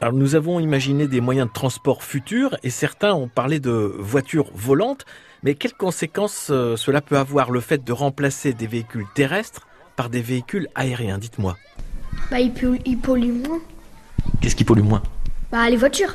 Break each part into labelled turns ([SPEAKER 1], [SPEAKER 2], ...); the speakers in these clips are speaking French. [SPEAKER 1] Alors nous avons imaginé des moyens de transport futurs et certains ont parlé de voitures volantes, mais quelles conséquences euh, cela peut avoir le fait de remplacer des véhicules terrestres par des véhicules aériens Dites-moi.
[SPEAKER 2] Bah, ils, pu- ils polluent moins.
[SPEAKER 1] Qu'est-ce qui pollue moins
[SPEAKER 2] Bah, les voitures.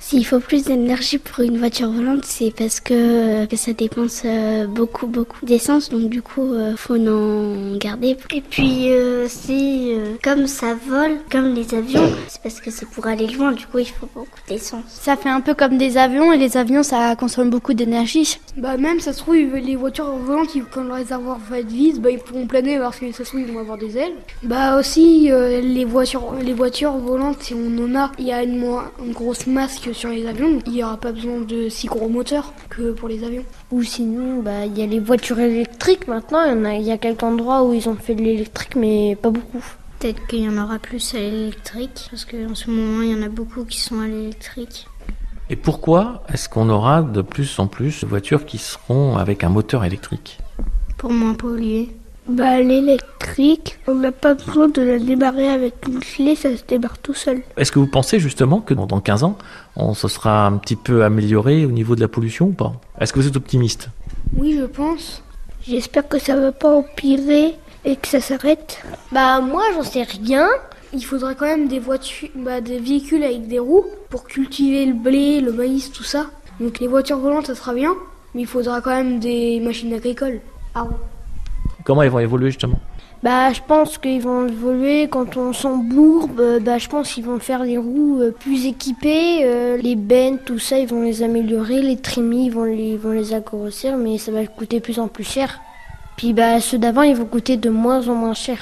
[SPEAKER 3] S'il faut plus d'énergie pour une voiture volante, c'est parce que, euh, que ça dépense euh, beaucoup, beaucoup d'essence, donc du coup, euh, faut en garder. Et puis, si comme ça vole, comme les avions, c'est parce que c'est pour aller loin, du coup, il faut beaucoup d'essence.
[SPEAKER 4] Ça fait un peu comme des avions et les avions ça consomme beaucoup d'énergie.
[SPEAKER 5] Bah même ça se trouve les voitures volantes ils- quand le réservoir va être vide bah ils pourront planer parce que ça se trouve ils vont avoir des ailes. Bah aussi euh, les voitures les voitures volantes si on en a il y a une, mo- une grosse masse que sur les avions donc il n'y aura pas besoin de si gros moteurs que pour les avions.
[SPEAKER 6] Ou sinon, bah, il y a les voitures électriques maintenant. Il y, en a- il y a quelques endroits où ils ont fait de l'électrique, mais pas beaucoup.
[SPEAKER 3] Peut-être qu'il y en aura plus à l'électrique, parce qu'en ce moment, il y en a beaucoup qui sont à l'électrique.
[SPEAKER 1] Et pourquoi est-ce qu'on aura de plus en plus de voitures qui seront avec un moteur électrique
[SPEAKER 3] Pour moins polluer.
[SPEAKER 2] Bah, l'électrique, on n'a pas besoin de la démarrer avec une clé, ça se démarre tout seul.
[SPEAKER 1] Est-ce que vous pensez justement que dans 15 ans, on se sera un petit peu amélioré au niveau de la pollution ou pas Est-ce que vous êtes optimiste
[SPEAKER 5] Oui je pense.
[SPEAKER 2] J'espère que ça va pas empirer et que ça s'arrête.
[SPEAKER 6] Bah, moi, j'en sais rien.
[SPEAKER 5] Il faudra quand même des voitures bah, des véhicules avec des roues pour cultiver le blé, le maïs, tout ça. Donc les voitures volantes ça sera bien, mais il faudra quand même des machines agricoles. Ah à roues.
[SPEAKER 1] Comment elles vont évoluer justement
[SPEAKER 6] Bah, je pense qu'ils vont évoluer quand on s'embourbe. euh, Bah, je pense qu'ils vont faire les roues euh, plus équipées. euh, les bennes, tout ça, ils vont les améliorer. Les trémies, ils vont les, ils vont les agrosser, mais ça va coûter de plus en plus cher. Puis, bah, ceux d'avant, ils vont coûter de moins en moins cher.